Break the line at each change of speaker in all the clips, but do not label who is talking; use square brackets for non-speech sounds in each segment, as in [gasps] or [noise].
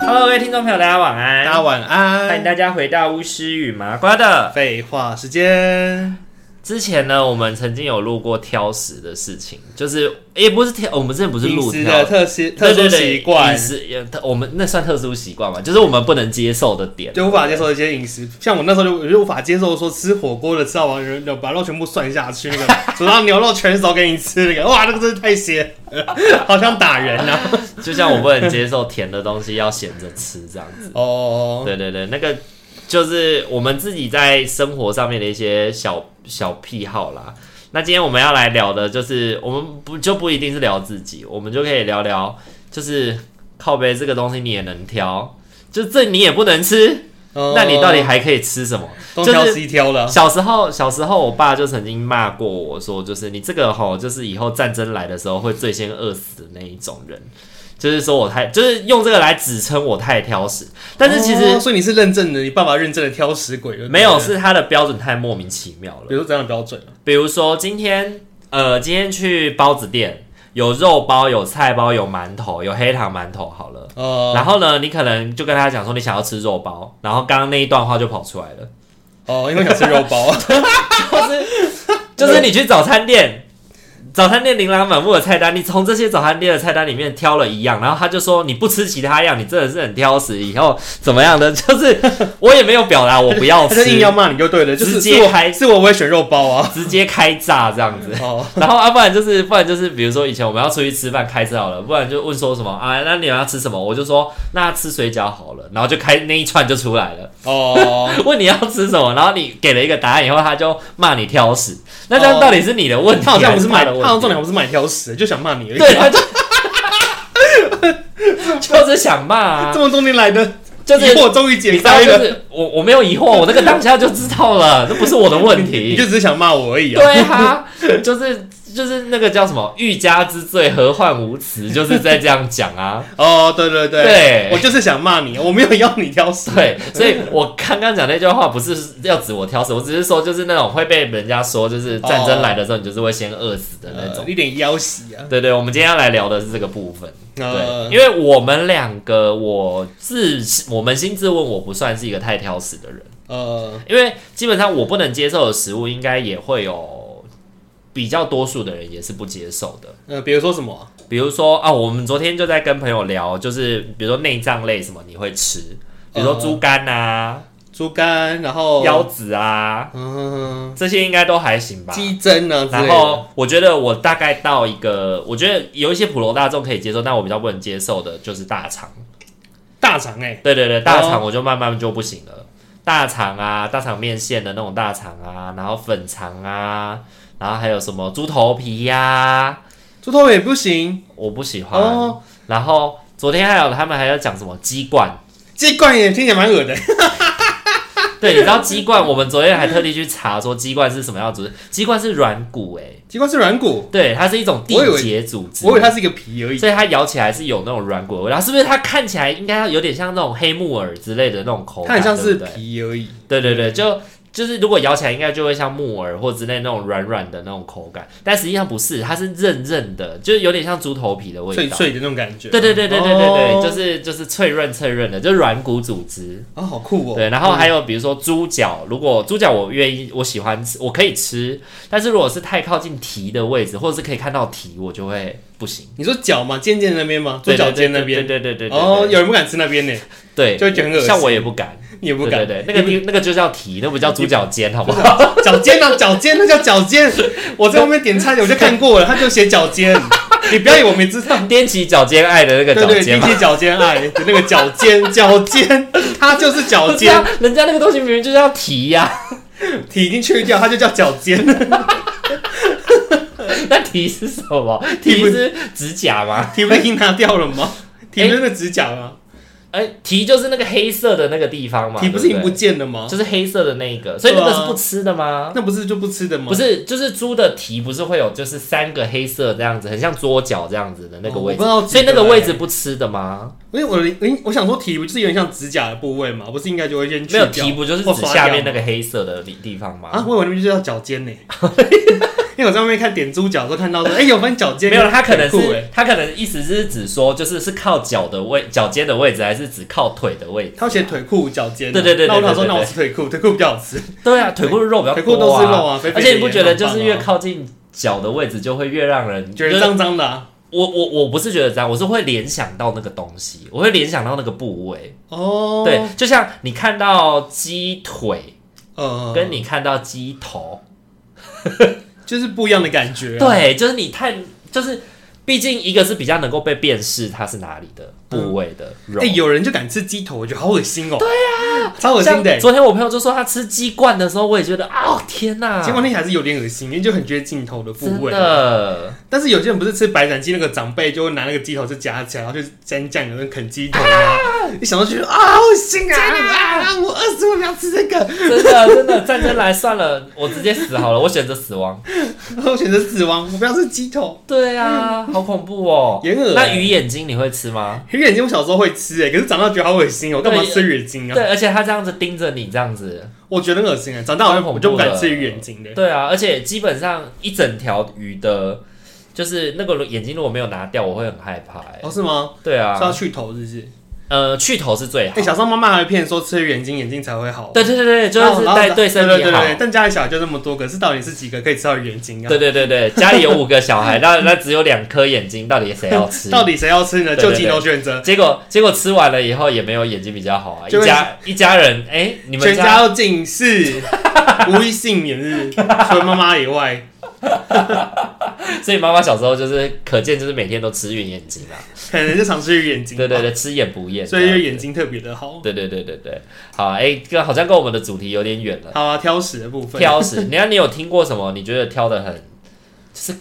Hello，各位听众朋友，大家晚安。
大家晚安。
欢迎大家回到巫师与麻瓜的。
废话时间，
之前呢，我们曾经有录过挑食的事情，就是也不是挑，我们之前不是
饮
录
食
挑
的，特殊特
对对
殊
对
习惯
饮，食也特我们那算特殊习惯嘛，就是我们不能接受的点。
就无法接受一些饮食。像我那时候就我就无法接受说吃火锅的吃到完人就把肉全部涮下去，那
[laughs]
个煮到牛肉全熟给你吃，那个哇，那个真是太邪 [laughs] 恶了，好想打人啊！
就像我不能接受甜的东西要咸着吃这样子。
哦，
对对对，那个就是我们自己在生活上面的一些小小癖好啦。那今天我们要来聊的就是，我们不就不一定是聊自己，我们就可以聊聊，就是靠背这个东西你也能挑，就这你也不能吃，
哦
那你到底还可以吃什么？
东
就
挑
是
西挑了？
小时候，小时候我爸就曾经骂过我说，就是你这个吼，就是以后战争来的时候会最先饿死的那一种人，就是说我太，就是用这个来指称我太挑食，但是其实、
哦所以你是认证的，你爸爸认证的挑食鬼，
没有，
对
是他的标准太莫名其妙
不对比
了。
如说怎样的标准啊？
比如说今天，呃，今天去包子店，有肉包、有菜包、有馒头、有黑糖馒头，好了。
哦
然后呢，你可能就跟他讲说你想要吃肉包，然后刚刚那一段话就跑出来了，
哦，因为想吃肉包。
就是你去早餐店。早餐店琳琅满目的菜单，你从这些早餐店的菜单里面挑了一样，然后他就说你不吃其他样，你真的是很挑食，以后怎么样的？ [laughs] 就是我也没有表达我不要
他 [laughs]
吃
就，硬要骂你就对了，就是
直
是
接
我
开
是我我也选肉包啊。 [laughs]
直接开炸这样子。 [laughs]
哦，
然后啊，不然就是不然就是，比如说以前我们要出去吃饭，开车好了，不然就问说什么啊，那你们要吃什么？我就说那吃水饺好了，然后就开那一串就出来 [laughs] 了，
哦，
问你要吃什么，然后你给了一个答案以后，他就骂你挑食，那这样
哦
到底是你的问题，
他好像不是
骂
卖，
的
他
问
好像重
题？
点不是卖挑食，就想骂你而已。
对，他就 [laughs] 就是想骂啊
这，么多年来的
就
疑
是。
惑终于
你
解
知道，
开
就
了，
是我我没有疑惑，我那个当下就知道了，这不是我的问题。
你就只是想骂我而已啊。
对
[laughs]
啊，就是就是那个叫什么“欲加之罪，何患无辞”，就是在这样讲啊。
哦，对对对，
对
我就是想骂你，我没有要你挑食。
对，所以我刚刚讲那句话不是要指我挑食，我只是说就是那种会被人家说就是战争来的时候，你就是会先饿死的那
哦呃
种。
一点要挟啊。
对对，我们今天要来聊的是这个部分。对，
呃，
因为我们两个，我自我扪心自问，我不算是一个太挑食的人，
呃，
因为基本上我不能接受的食物，应该也会有比较多数的人也是不接受的。
呃，比如说什么啊？
比如说啊，我们昨天就在跟朋友聊，就是比如说内脏类什么你会吃，比如说猪肝啊、
猪肝，然后
腰，子啊，
嗯，
这些应该都还行吧。
鸡胗啊之类
然
的。
后我觉得我大概到一个，我觉得有一些普罗大众可以接受，但我比较不能接受的就是大肠。
大肠哎，
对对对，大肠我就慢慢就不行了。大肠啊，大肠面线的那种大肠啊，然后粉肠啊，然后还有什么猪头皮呀、
猪头也不行
我不喜欢。
哦，
然后昨天还有他们还要讲什么鸡冠。
鸡冠也听起来蛮恶的。
对，你知道鸡冠，我们昨天还特地去查说鸡冠是什么样的组织，鸡冠是软骨哎、
鸡冠是软骨，
对，它是一种
我以
缔
为
结组织，
我以为它是一个皮而已。
所以它咬起来是有那种软骨的味道，是不是？它看起来应该有点像那种黑木耳之类的那种口
它
感，
很像是
对不对
皮而已。
对对对，就就是如果咬起来应该就会像木耳或之类那种软软的那种口感，但实际上不是，它是韧韧的，就是有点像猪头皮的味道，
脆脆的那种感觉。
对对对对对对对，
哦
就是就是脆润脆润的，就是软骨组织。
啊、好酷哦！
对，然后还有比如说猪脚，如果猪脚我愿意，我喜欢吃，我可以吃，但是如果是太靠近蹄的位置，或者是可以看到蹄，我就会不行。
你说脚嘛，尖尖的那边吗？猪
对
脚
对对
尖那边。
对对对对对，
哦，
对
有人不敢吃那边
[laughs]
呢，
对，
就会觉得很恶心
像我也不敢，
你也不敢。
对对对，那个地那个就叫蹄，那不叫猪脚尖，好不好？
脚尖啊， [laughs] 脚尖，那叫脚
[laughs]
尖。我在外面点餐，我就看过了，他就写脚尖。你不要以为我没知道。
踮起脚尖爱的那个
对
脚
对，
尖啊
提
嘛。
起脚尖爱的那个脚
[laughs]
尖，脚尖，它就是脚
人家 [laughs]
尖，
啊人家那个东西明明就叫蹄呀、
体已经去掉，它就叫脚尖
[laughs]
了，
那蹄是什么？蹄
[laughs] 蹄不
是指甲吗？
体不是已经拿掉了吗？体不是那指甲吗？
哎、蹄就是那个黑色的那个地方嘛，
蹄不是已
对
经
不
不啊
对
见了吗？
就是黑色的那一个，所以那个是不吃的吗？
那不是就不吃的吗？
不是，就是猪的蹄不是会有就是三个黑色这样子，很像桌角这样子的那个
哦我
位置，
不知道几个欸
所以那个位置不吃的吗？
因为我的我我想说蹄不就是有点像指甲的部位嘛，不是应该就会先去
没有
掉
蹄不就是
或
指
刷
下
掉
面那
吗
个黑色的地地方吗？
啊？我以为那边就叫脚尖呢，因为我在外面看点猪脚的时候看到说，哎、有分脚尖，
没有，他可能
很酷
是
哎，
他可能意思是指说，就是是靠脚的位脚尖的位置，还是只靠腿的位置？
他写腿裤脚尖啊、
对对对对
那我想说，
对对
那我吃腿裤，腿裤比较好吃，
对啊，腿部肉比较
腿
多
裤
啊，
都是肉啊，肥肥的
而且你不觉得就
也很棒
是越
啊
靠近脚的位置，就会越让人
觉
就
得
是
脏脏的、啊？
我我我不是觉得脏，我是会联想到那个东西，我会联想到那个部位。
哦，
对，，就像你看到鸡腿，
呃，
跟你看到鸡头，
就是不一样的感觉、啊，，
对，就是你看，就是毕竟一个是比较能够被辨识它是哪里的部位的肉。
哎、有人就敢吃鸡头，我觉得好恶心哦，对啊，超恶心
像
的、
昨天我朋友就说他吃鸡冠的时候，我也觉得哦天哪，
结果那还是有点恶心，因为就很接近头的部
真
位。
的，
但是有些人不是吃白斩鸡，那个长辈就会拿那个鸡头就夹起来，然后就沾酱油跟啃鸡头啊。一想到就觉得啊，好恶心啊！啊，我饿死，我不要吃这个，
真的真的战争来算了，我直接死好了，我选择死亡。
我选择死亡，我不要吃鸡头。
[laughs] 对啊，好恐怖哦。
也恶
那鱼眼睛你会吃吗？
鱼眼睛我小时候会吃哎、可是长大觉得好恶心哦，我干嘛吃鱼眼睛啊？
对，而且它这样子盯着你这样子，
我觉得很恶心哎、长大我就我就不敢吃鱼眼睛的。
对啊，而且基本上一整条鱼的，就是那个眼睛如果没有拿掉，我会很害怕、欸。
哦，是吗？
对
是要
啊，
去头，是不是？
呃，去头是最好
哎、。小时候妈妈还骗说吃鱼眼睛眼睛才会好。
对对对对，就
然后，
是
然后
带对身
对
体
对
好
对。对但家里小孩就那么多，可是到底是几个可以吃到鱼眼睛啊？
对对对对，家里有五个小孩，那 [laughs] 那只有两颗眼睛，到底谁要吃？
到底谁要吃呢？
对对
就
对
近头选择。
结果结果吃完了以后也没有眼睛比较好啊，一
就会
家一家人，哎、你们
全家要近
[laughs]
视，无一幸免是，除了妈妈以
[laughs]
外，
所以妈妈小时候就是可见就是每天都吃晕眼睛啊，
可能就常吃鱼眼睛。
对对，对，吃眼不厌，
所以就
这样
眼睛特别的好。
对对对对对，好，哎、跟好像跟我们的主题有点远了。
好啊，挑食的部分，
挑食，你看你有听过什么？你觉得挑的很，就是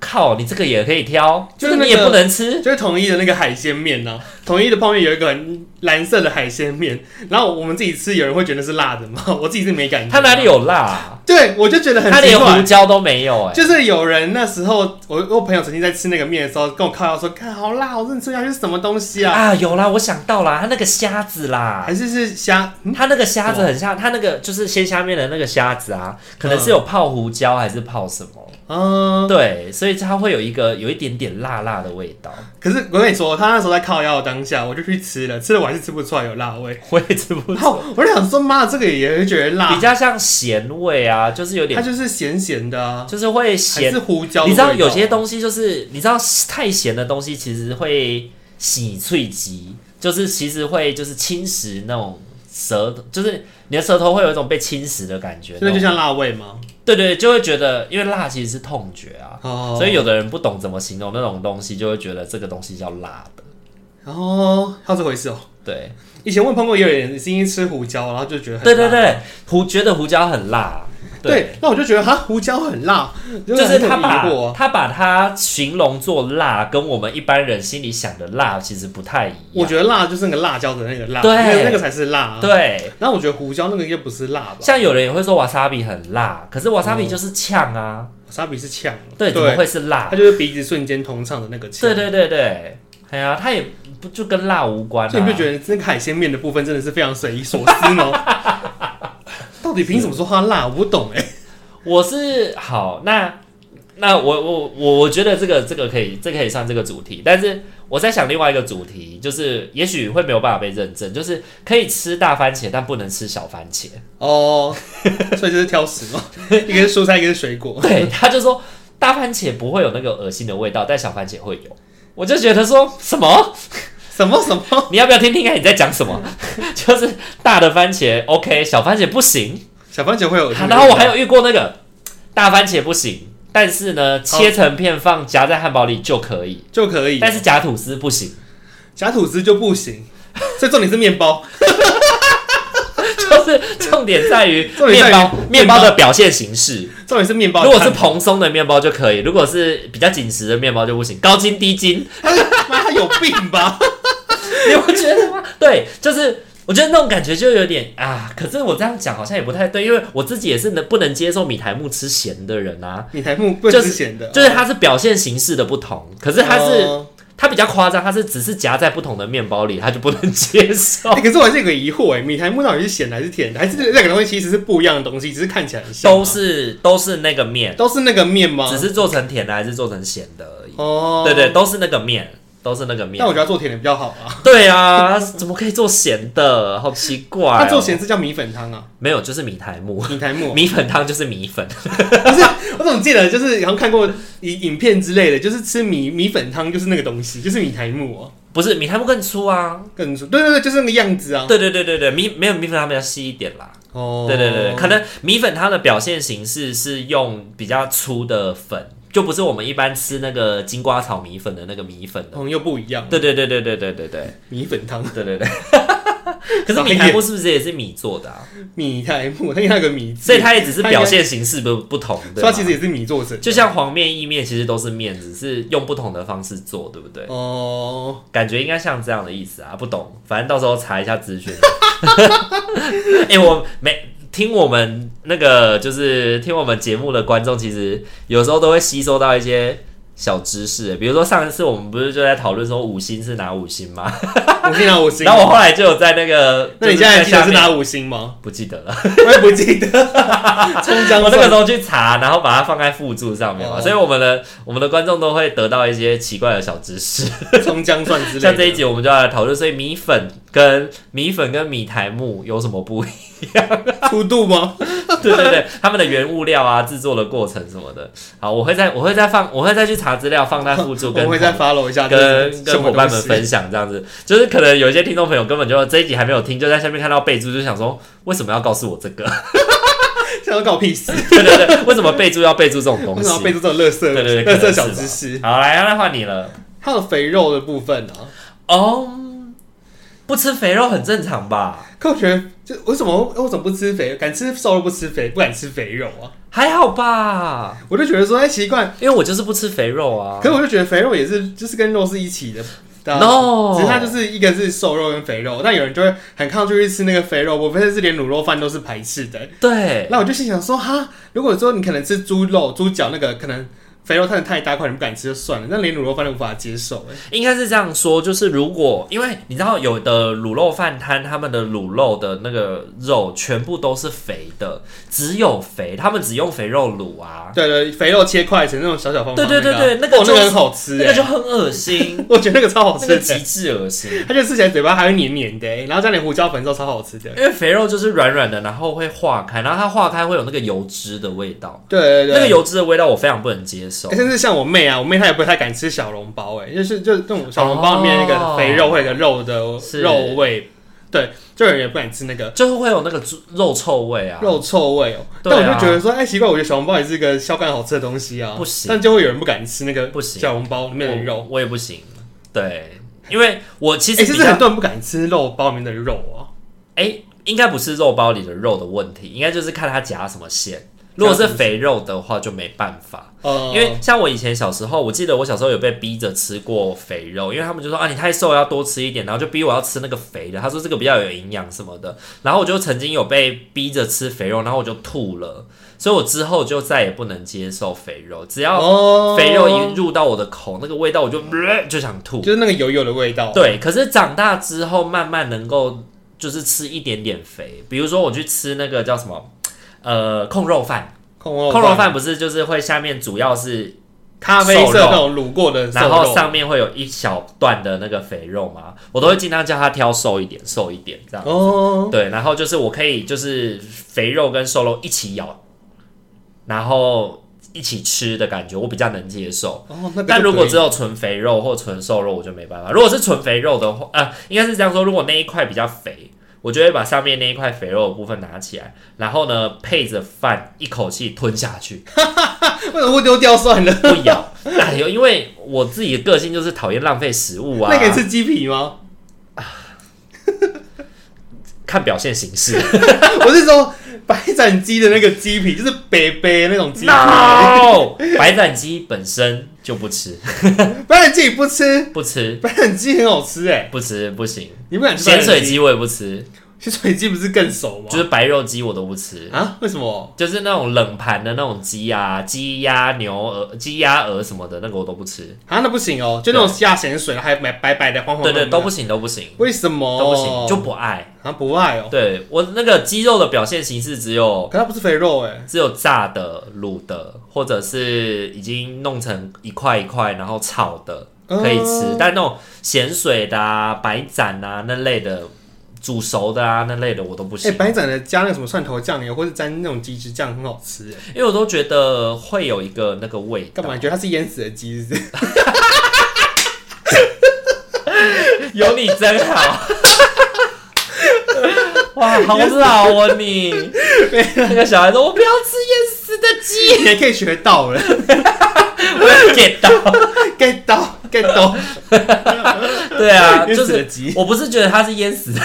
靠你这个也可以挑，
就
就是是
那
你
个
也不能吃。
就是统一的那个海鲜面呐。统一的泡面有一个很蓝色的海鲜面，然后我们自己吃，有人会觉得是辣的吗？ [laughs] 我自己是没感觉。
它哪里？有辣、啊？
对，我就觉得很
它
奇
连胡
怪。
椒都没有哎、
就是有人那时候，我我朋友曾经在吃那个面的时候，跟我靠腰说：“看好辣，我真的吃不下去，是什么东西啊？
啊，有啦，我想到啦，它那个虾子啦，
还是是虾？嗯
它那个虾子很像，它那个就是鲜虾面的那个虾子啊，可能是有泡胡椒还是泡什么？
嗯，
对，所以它会有一个有一点点辣辣的味道，
可是我跟你说，他那时候在靠腰的当下，我就去吃了，吃了我还是吃不出来有辣味。
我也吃不
然后我就想说，妈，这个也会觉得
比
辣，
较像咸味啊，就是有
它
点，
就是咸咸的啊，
就是会
还
咸
是胡椒的
你
味
知
道。
道有些东西就是，你知道太咸的东西其实会洗脆肌，就是其实会就是侵蚀那种舌头，就是你的舌头会有一种被侵蚀的感觉。
所以就
那种
像辣味吗？
对对，对就会觉得因为辣其实是痛觉啊，
哦，
所以有的人不懂怎么形容那种东西，就会觉得这个东西叫辣的。
哦，还有这回事哦。
对
以前我朋友也有人是因为吃胡椒，然后就觉得很
对对
辣
对，胡觉得胡椒很辣，对，
对，那我就觉得哈，胡椒很辣，
就是
很
他
疑惑
把
啊。
他把它形容做辣，跟我们一般人心里想的辣其实不太一样。
我觉得辣就是那个辣椒的那个辣，
对
那个那个才是辣啊。
对。
然后我觉得胡椒那个应该不是辣吧？
像有人也会说瓦萨比很辣，可是
嗯
瓦萨比就是呛啊，
沙比是呛，
对，怎么会是辣
它？就是鼻子瞬间通畅的那个呛。
对对对对，哎呀、它也不就跟辣无关、啊。
所以你就觉得这个海鲜面的部分真的是非常匪夷所思吗？到底凭什么说它辣？我不懂哎、
我是好那那我我我我觉得这个这个可以这个可以上这个主题，但是我在想另外一个主题，就是也许会没有办法被认证，就是可以吃大番茄，但不能吃小番
[laughs]
茄。
哦，所以就是挑食嘛，一个是蔬菜，一个是水果。
对，他就说大番茄不会有那个恶心的味道，但小番茄会有。我就觉得说什么？
什么什么？
你要不要听听看你在讲什么？ [laughs] 就是大的番茄 OK，小番茄不行。
小番茄会有这个味道？
然后我还有遇过那个大番茄不行，但是呢切成片放夹在汉堡里就可以，
就可以，
但是夹吐司不行。 [laughs]
夹吐司就不行。所以重点是面包，
就是重点在于
重点在
面
于
包面
面
包
包
的表现形式。
重点是面包。
如果是蓬松的面包就可以，如果是比较紧实的面包就不行，高筋低筋。
妈，他有病吧？
[laughs] 你不觉得吗？对，就是我觉得那种感觉就有点啊，可是我这样讲好像也不太对，因为我自己也是能不能接受米苔木吃咸的人啊，
米苔木不
就
之
是
前的，
就是它是表现形式的不同，可是它是。
哦
它比较夸张，它是只是夹在不同的面包里，它就不能接受
欸。可是我还是有个疑惑哎，米苔木到底是咸的还是甜的？还是这两个东西其实是不一样的东西，只是看起来很像吗。
[laughs] 都是都是那个面，
都是那个面吗？
只是做成甜的还是做成咸的而已。
哦，
对对，。都是那个面，都是那个面
但我。觉得它做甜的比较好啊。
对啊，怎么可以做咸的？好奇怪哦、
它做咸是叫米粉汤
[laughs]
啊，
没有，就是米苔木。
米苔木。
米粉汤就是米粉，
我怎么记得就是好像看过影影片之类的，就是吃米米粉汤就是那个东西，就是米苔木哦、
不是米苔木更粗啊。
更粗。对对对，就是那个样子啊。
对对对对对，米没有米粉汤比较细一点啦。
哦，
对对对对，可能米粉汤的表现形式是用比较粗的粉，就不是我们一般吃那个金瓜炒米粉的那个米粉的。
嗯又不一样。
对对对对对对对
[laughs]
对
米粉汤，
对对对。可是米苔木是不是也是米做的
[laughs]
啊？
米苔木，它那个米字，
所以它也只是表现形式不不同，对
所以它
吧？
其实也是米做成的。
就像黄面、意面，其实都是面，只是用不同的方式做，对不对？
哦，
感觉应该像这样的意思啊，不懂，反正到时候查一下资讯。 [laughs] 哎、我没听我们那个，就是听我们节目的观众，其实有时候都会吸收到一些小知识，欸比如说上一次我们不是就在讨论说五星是哪五星吗？
我先拿五星。
然后我后来就有在 [laughs] 那个，
那你现在还记得
就是在下面
拿五星
[laughs]
吗？
不记得了？
我也不记得。 [laughs] 葱姜
我那个
蒜
时候去查，然后把它放在附注上面嘛，
哦
所以我们的我们的观众都会得到一些奇怪的小知识。
葱姜蒜之类的。
像这一集我们就要来讨论，所以米粉跟米粉跟米苔木有什么不一
[laughs]
样？
粗度吗？
对对对，他们的原物料啊，制作的过程什么的。好，我会再我会再放，我会再去查资料，放在附
[laughs] 我
注跟
会再 follow 一下这是
跟
什
跟
么
伙
东
伴
西
们分享这样子。就是可能有一些听众朋友根本就这一集还没有听，就在下面看到备注，就想说为什么要告诉我这个？
想要搞屁事？
对对对，为什么备注要备注这种东
[laughs] 为什么要
西
备？注这种乐色、
对对对
乐
可
色
能
小
是吧
知识？
好，来，那换你了。
还有肥肉的部分啊，
哦、不吃肥肉很正常吧？
可我觉得就为什么我怎么不吃肥？敢吃瘦肉不吃肥，不敢吃肥肉啊？
还好吧，
我就觉得说，哎、奇怪，
因为我就是不吃肥肉啊。
可是我就觉得肥肉也是，就是跟肉是一起的。大家
No
只是它就是一个是瘦肉跟肥肉，但有人就会很抗拒去吃那个肥肉，我甚至连卤肉饭都是排斥的。
对，
那我就心想说，哈，如果说你可能吃猪肉、猪脚那个，可能肥肉太太大块，你不敢吃就算了，但连卤肉饭都无法接受、哎，
应该是这样说，就是如果因为你知道有的卤肉饭摊，他们的卤肉的那个肉全部都是肥的，只有肥，他们只用肥肉卤啊，
对对，肥肉切块成那种小小方方、
对对对对
那
那个
哦那
就
个
是
很好吃、
那
哎，
个就很恶心
[laughs] 我觉得那个超好
[laughs] 那
吃
个
的，
极致恶心。
[laughs] 它就吃起来嘴巴还会黏黏的、哎然后加点胡椒粉之后超好吃的。
因为肥肉就是软软的，然后会化开，然后它化开会有那个油脂的味道，
对对对，
那个油脂的味道我非常不能接受
哎。。甚至像我妹啊，我妹她也不太敢吃小笼包、哎，就是就是那种小笼包里面那个肥肉会有个肉的
哦是
肉味，对，就有人也不敢吃那个。
就是会有那个猪肉臭味啊，
肉臭味哦、
对啊
但我就觉得说，哎、奇怪，我觉得小笼包也是一个消干好吃的东西啊，
不行
但就会有人不敢吃那个
不行
小笼包里面的
我
肉，
我也不行。对，因为我其
哎、
实
其
比
实
较
很多人不敢吃肉包里面的肉啊，
哎、应该不是肉包里的肉的问题，应该就是看它夹什么馅。如果是肥肉的话，就没办法。
呃，
因为像我以前小时候，我记得我小时候有被逼着吃过肥肉，因为他们就说啊你太瘦了要多吃一点，然后就逼我要吃那个肥的，他说这个比较有营养什么的，然后我就曾经有被逼着吃肥肉，然后我就吐了，所以我之后就再也不能接受肥肉，只要
哦
肥肉一入到我的口，那个味道我就、呃就想吐。
就是那个油油的味道，
对，可是长大之后慢慢能够就是吃一点点肥，比如说我去吃那个叫什么，呃，控肉饭，
控肉
控肉饭不是就是会下面主要是，
咖啡色
瘦肉
那种卤过的瘦
然
肉，
后上面会有一小段的那个肥肉嘛，我都会尽量叫他挑瘦一点，瘦一点这样。
哦，
对，然后就是我可以就是肥肉跟瘦肉一起咬，然后一起吃的感觉，我比较能接受。
哦，那个就可以
但如果只有纯肥肉或纯瘦肉，我就没办法。如果是纯肥肉的话，呃，应该是这样说：如果那一块比较肥，我就会把上面那一块肥肉的部分拿起来，然后呢配着饭一口气吞下去，
为什么会丢掉算了？
不咬。 [laughs] 哎呦，因为我自己的个性就是讨厌浪费食物啊
那，个是鸡皮吗？
看表现形式。
[laughs] 我是说白斩鸡的那个鸡皮，就是北北那种鸡皮。
No，
[laughs]
白斩鸡本身就不吃，
白斩鸡你不吃，
不吃，
白斩鸡很好吃哎，
不吃不行。
你不敢吃白
咸
斩
水鸡我也不吃，
咸水鸡不是更熟吗？
就是白肉鸡我都不吃，
啊，为什么？
就是那种冷盘的那种鸡啊、鸡鸭、牛鹅、鸡鸭鹅什么的，那个我都不吃。
啊，那不行哦，就那种下咸水，还买白白的、黄黄
对
的，
对，都不行，都不行，
为什么？
都不行，就不爱。
啊不爱哦。
对我那个鸡肉的表现形式只有
可它不是肥肉哎，
只有炸的、卤的，或者是已经弄成一块一块，然后炒的可以吃。
嗯
但那种咸水的、啊、白斩啊那类的、煮熟的啊那类的，我都不
哎，
行，
白斩的加那个什么蒜头酱油，或者沾那种鸡汁酱，很好吃哎。
因为我都觉得会有一个那个味道
干。嘛？你觉得它是淹死的鸡是不 [laughs] 是？
有你真
[laughs]
好。哇，好老哦你！那个小孩说：“我不要吃淹死的鸡。
你还可以学到了
get 到？
，get 到 get 到
对啊，
淹
就
死的
是
鸡，
我不是觉得它是淹死的，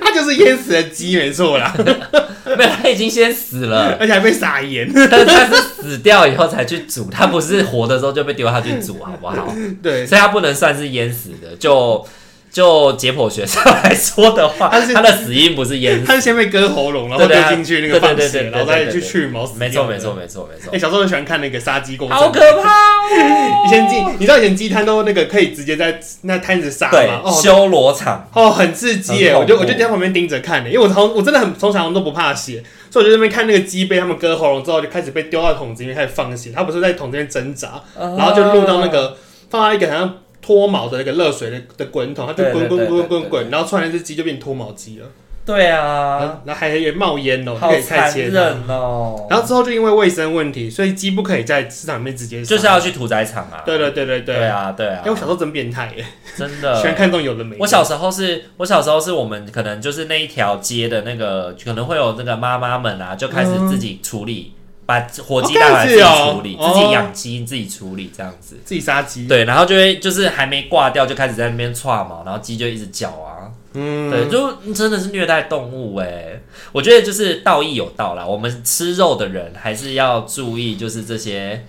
它就是淹死的鸡，没错啦，
没有，它已经先死了，
而且还被撒盐。 [laughs]
但是它是死掉以后才去煮，它不是活的时候就被丢下去煮，好不好？
[laughs] 对，
所以它不能算是淹死的。就就解剖学上来说的话，
它是
它的死因不是淹死
它，是先被割喉咙，然后
对对
丢
啊
进去那个放
对对对
血，
对对
然后再
对
去
对
去毛死
没
掉
错，
的哎
没错，。没错，没错
哎，，小时候很喜欢看那个杀鸡过程，
好可 [laughs] 怕哦！
以前鸡，你知道以前鸡摊都那个可以直接在那摊子杀
对
吗？哦。
修罗场。
哦，很刺激耶！
很
我就
恐怖
我就在旁边盯着看的，因为我从我真的很从小都不怕血，所以我就在那边看那个鸡被他们割喉咙之后，就开始被丢到桶子里面开始放血，它不是在桶子里面挣扎，
然
然后就录到那个放到一个好像脱毛的那个热水的的滚筒，它就
对
滚
对
滚
对
滚滚
对
滚，然后突然那只鸡就变脱毛鸡了，
对啊，
然后还有冒烟哦，就
好
可以太
残
切它。
忍哦。
然后之后就因为卫生问题，所以鸡不可以在市场里面直接杀
就是要去屠宰场啊。
对对对对对。哎
对啊，对啊
因为，我小时候真变态耶，
真
喜欢
的。
看这种有的没的。
我小时候是，我小时候是我们可能就是那一条街的那个，可能会有那个妈妈们啊，就开始自己处理，把活鸡
哦
带回来自己处理，
开始哦
自己养鸡，自己处理这样子。
自己杀鸡，
对，然后就会就是还没挂掉就开始在那边串毛，然后鸡就一直叫啊，
嗯，
对，就真的是虐待动物哎、我觉得就是道义有道啦，我们吃肉的人还是要注意，就是这些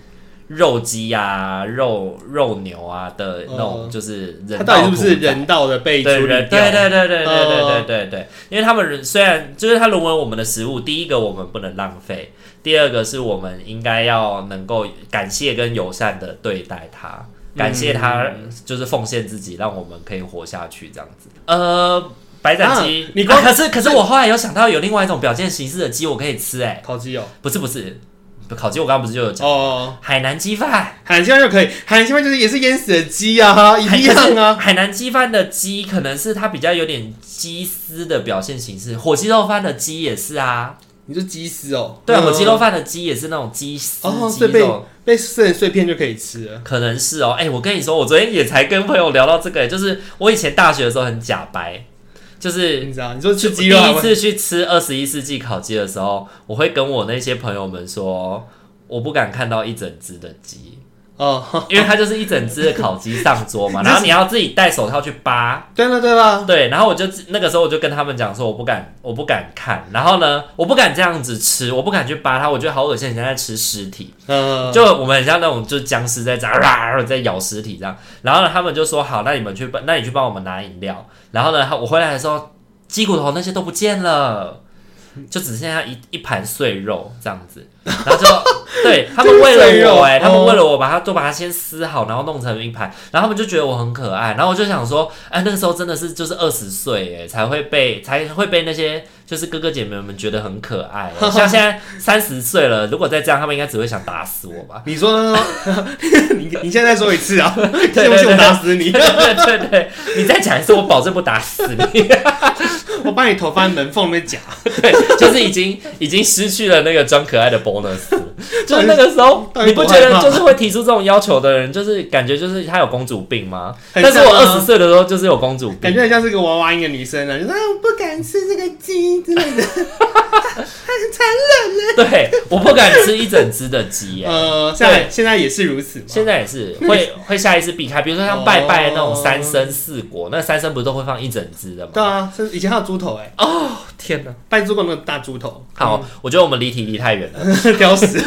肉鸡啊、肉肉牛啊的那种，
嗯
就是人
它到底是不是
屠宰
人道的被处
对
理掉？
人对对对对对对对
嗯
对对，因为他们人虽然就是他沦为我们的食物，第一个我们不能浪费，第二个是我们应该要能够感谢跟友善的对待它，
嗯
感谢它就是奉献自己，让我们可以活下去这样子。呃，白斩鸡
啊，你
啊
光
可是可是我后来有想到有另外一种表现形式的鸡我可以吃、哎，
烤鸡哦，
不是不是，烤鸡我刚刚不是就有讲
哦，
海南鸡饭。
海南鸡饭就可以，海南鸡饭就是也是淹死的鸡啊，一
海
样啊，
可是海南鸡饭的鸡可能是它比较有点鸡丝的表现形式，火鸡肉饭的鸡也是啊。
你就鸡丝哦，
对，啊
嗯
火鸡肉饭的鸡也是那种鸡丝
哦
鸡
对
肉，
被撕成碎片就可以吃了，
可能是哦。哎、我跟你说，我昨天也才跟朋友聊到这个、就是我以前大学的时候很假白，就是
你知道？你说吃鸡
第
肉还啊
一
会，
次去吃二十一世纪烤鸡的时候，我会跟我那些朋友们说，我不敢看到一整只的鸡，
哦， [laughs]
因为它就是一整只的烤鸡上桌嘛，然后你要自己戴手套去扒。
对了对了，
对，然后我就那个时候我就跟他们讲说，我不敢，我不敢看，然后呢，我不敢这样子吃，我不敢去扒它，我觉得好恶心，很像在吃尸体，
嗯，
就我们很像那种就是僵尸在这样啊在咬尸体这样。然后呢，他们就说好，那你们去，那你去帮我们拿饮料。然后呢，他我回来的时候，鸡骨头那些都不见了。就只剩下一一盘碎肉这样子，然后就对他们
[laughs]
为
碎
了
肉
我哎、他们
哦
为了我把它都把它先撕好，然后弄成一盘，然后他们就觉得我很可爱，然后我就想说，哎、那个时候真的是就是二十岁哎，才会被才会被那些就是哥哥姐妹们觉得很可爱、哎像现
[laughs]
在三十岁了，如果再这样，他们应该只会想打死我吧。
你说， [laughs] 你你现在再说一次啊，
对
信不信我打死你？
对对对，你再讲一次，我保证不打死你。
我把你头放在门缝里面夹， [laughs]
就是已经已经失去了那个装可爱的 bonus，就是那个时候
到底
你不觉
多害
得
怕
就是会提出这种要求的人，就是感觉就是他有公主病吗？
很
但是
像
我二
啊
十岁的时候就是有公主
感
病
觉，很像是个娃娃音的女生啊，就说啊我不敢吃这个鸡之类的，
[laughs] 对，我不敢吃一整只的鸡 [laughs] 耶。
呃，现在现在也是如此嘛，
现在也 [laughs] 是会会下意识避开，比如说像拜拜那种三生四果，那三生不是都会放一整只的吗？
对啊，甚至以前还有猪头哎、欸，
哦天哪！
拜猪过那个大猪头， [laughs]
好，我觉得我们离题离太远了。 [laughs]
挑食，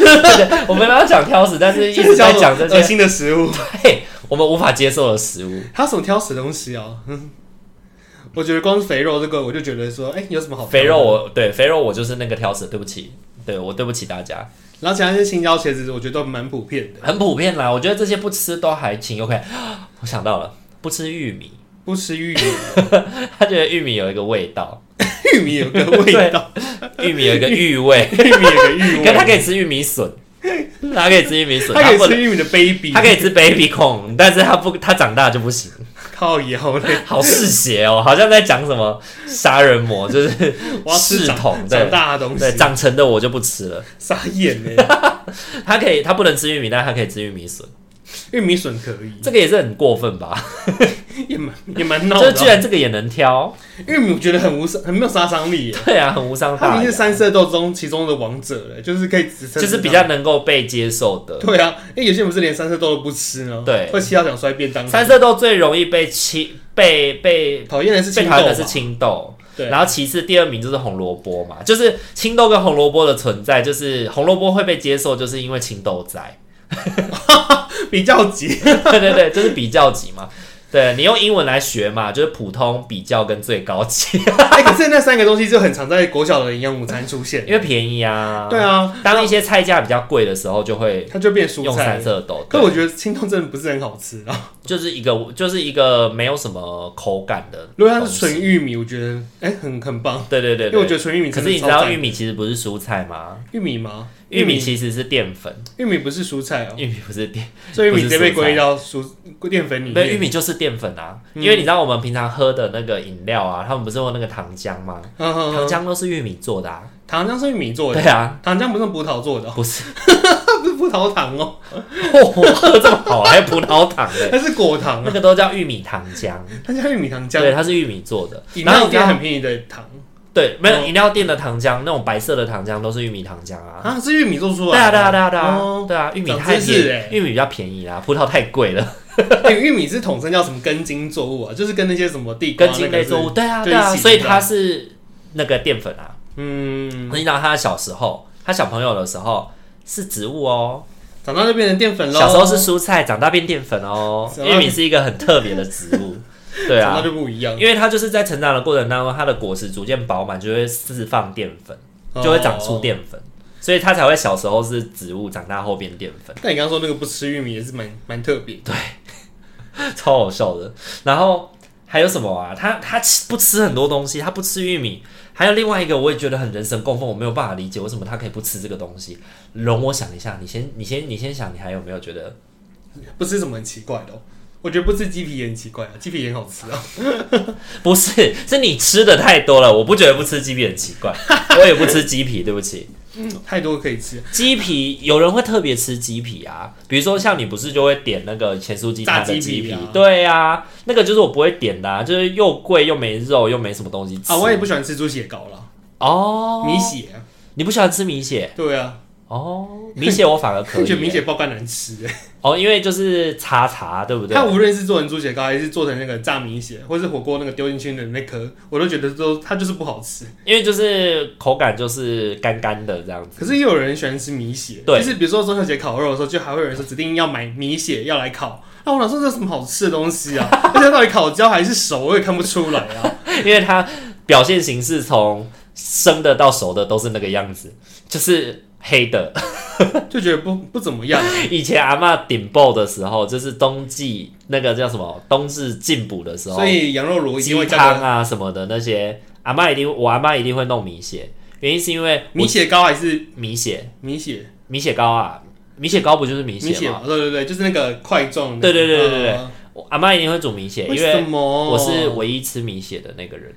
我们要讲挑食，但是一直在讲这
恶
些，
心的食物，
[laughs] 嘿，我们无法接受的食物。
还有什么挑食的东西哦？嗯我觉得光是肥肉这个，我就觉得说，哎、有什么好挑的
肥肉我对肥肉我就是那个挑食，对不起，对我对不起大家，
然后其他些青椒、茄子，我觉得都蛮普遍的。
很普遍啦。我觉得这些不吃都还情有可原。 [gasps] 我想到了，不吃玉米， [laughs]
不吃玉米， [laughs]
他觉得玉米有一个味道，
玉米有个味
[laughs]
道，
玉米有一个玉味，
玉米有个玉
可他可
味。
以吃玉
[laughs]
米笋，他可以吃玉米笋，
它可以
不能
吃玉米的 baby，
他可以吃 baby corn，但是他不，他长大就不行，
靠以后嘞，
好嗜血哦，好像在讲什么杀人魔，就是
我要吃
视同
长
对
长大的东
对
西，
长成的我就不吃了。
傻眼呢。
他可以，他不能吃玉米，但他可以吃玉米笋，
嗯玉米笋可以，
这个也是很过分吧？
也蛮也蛮闹
就
的
是居
哦。
然这个也能挑，
玉米我觉得很无伤，很没有杀伤力耶。
对啊，很无伤
它
大
明明
雅
是，三色豆中其中的王者嘞，就是可以直升，
就是比较能够被接受的。
对啊，因为有些人不是连三色豆都不吃呢，
对
会气到想摔便当。
三色豆最容易被青被被
讨厌的是
被
青豆
讨厌的
吧，
是青豆。
对
然后其次第二名就是红萝卜嘛，就是青豆跟红萝卜的存在，就是红萝卜会被接受，就是因为青豆在。 [laughs]
比较急。
对对对，就是比较级嘛。对你用英文来学嘛，就是普通、比较跟最高级， [laughs]
哎，可是那三个东西就很常在国小的营养午餐出现。
[laughs] 因为便宜啊。
对，啊，
当一些菜价比较贵的时候，就会
它就变蔬
用
菜
三。色豆。
可
对，
我觉得青豆真的不是很好吃啊。
就是一个就是一个没有什么口感的东西。
如果它是纯玉米，我觉得哎、很很棒，
对对对
因为我觉
对。
得纯玉米
可
真
是
的
你知
超
道
赞
玉米其实不是蔬菜吗？
玉米吗？
玉米
玉米
其实是淀粉， [laughs]
玉米不是蔬菜哦、
玉米不是淀，
所以玉米直接被
不是蔬菜
归到蔬淀粉里
不是玉
面。
米就是淀粉啊。
嗯
因为你知道我们平常喝的那个饮料啊，他们不是用那个糖浆吗？
嗯嗯嗯
糖浆都是玉米做的啊。
糖浆是玉米做
对
的，
啊，
糖浆不是用葡萄做 [laughs] 的、哦，
不是 [laughs]
它不是葡萄糖哦、
哦，喝这么好，还有葡萄糖
[laughs]
嘞，
它是果糖
那
啊，
个都叫玉米糖浆，
它叫玉米糖
对，
浆。
它是玉米做的。
饮
然后
料
你知道
店很便宜的糖
对，没有
嗯
饮料店的糖浆，那种白色的糖浆都是玉米糖浆啊。
啊，是玉米做出
对
来
啊，
的。
对啊，对啊，对啊
哦，
对啊，玉米
长
太
知识
便
欸
宜，玉米比较便宜啦，葡萄太贵了，
哎玉米是统称叫什么根茎作物啊？就是跟那些什么地瓜
根茎类作物，
哦那个是。
对啊，
就
对啊，
一起
所以
的
它是那个淀粉啊。
嗯，
你知道他小时候，他小朋友的时候是植物哦，
长大就变成淀粉喽。
小时候是蔬菜，长大变淀粉哦。
长大
玉米是一个很特别的植
[laughs]
物，对啊
长大，就不一样，
因为它就是在成长的过程当中，它的果实逐渐饱满，就会释放淀粉，就会长出
哦
淀粉，所以它才会小时候是植物，长大后变淀粉，
但你刚刚说那个不吃玉米也是蛮蛮特别，对，
[laughs] 超好笑的。然后还有什么啊？它它吃不吃很多东西，它不吃玉米，还有另外一个我也觉得很人神共愤，我没有办法理解为什么它可以不吃这个东西。容我想一下，你先你先你先想，你还有没有觉得？ [laughs]
不吃什么很奇怪的、哦。我觉得不吃鸡皮也很奇怪啊，鸡皮也很好吃
[laughs]
啊。
不是，是你吃的太多了。我不觉得不吃鸡皮很奇
[laughs]
怪，我也不吃鸡皮，对不起。
太多可以吃，啊
鸡皮，有人会特别吃鸡皮啊，比如说像你不是就会点那个前酥鸡摊的
炸
鸡
鸡皮
皮
啊，
对啊，那个就是我不会点的、啊，就是又贵又没肉又没什么东西吃。
啊，我也不喜欢吃猪血糕啦，
哦，
米血啊，
你不喜欢吃米血
对啊，
哦，米血我反而可
我 [laughs]
以、
觉得米血爆肝难吃欸。
哦，因为就是茶茶，对不对啊
它？无论是做成猪血糕，还是做成那个炸米血，或是火锅那个丢进去的那颗，我都觉得都它就是不好吃。
因为就是口感就是干干的这样子。 [laughs]
可是也有人喜欢吃米血，
对
就是比如说中秋节烤肉的时候，就还会有人说指定要买米血要来烤。那我想说这有什么好吃的东西
[laughs]
啊？而且它到底烤焦还是熟，我也看不出来啊。
因为它表现形式从生的到熟的都是那个样子，就是黑的。 [laughs]
就觉得不不怎么样。啊
以前阿嬷顶爆的时候，就是冬季那个叫什么冬至进补的时候
所，以羊肉炉一定
鸡
会
汤
加个
啊什么的那些，阿嬷一定我阿嬷一定会弄米血，原因是因为
米血糕还是
米血
米血？
米血糕啊，米血糕不就是米
米
血
血哦
吗？
嘛，对对对，就是那个块状的。
对对对对对
呃
我阿嬷一定会煮米血，
为
因
什
为
么？哦
我是唯一吃米血的那个人，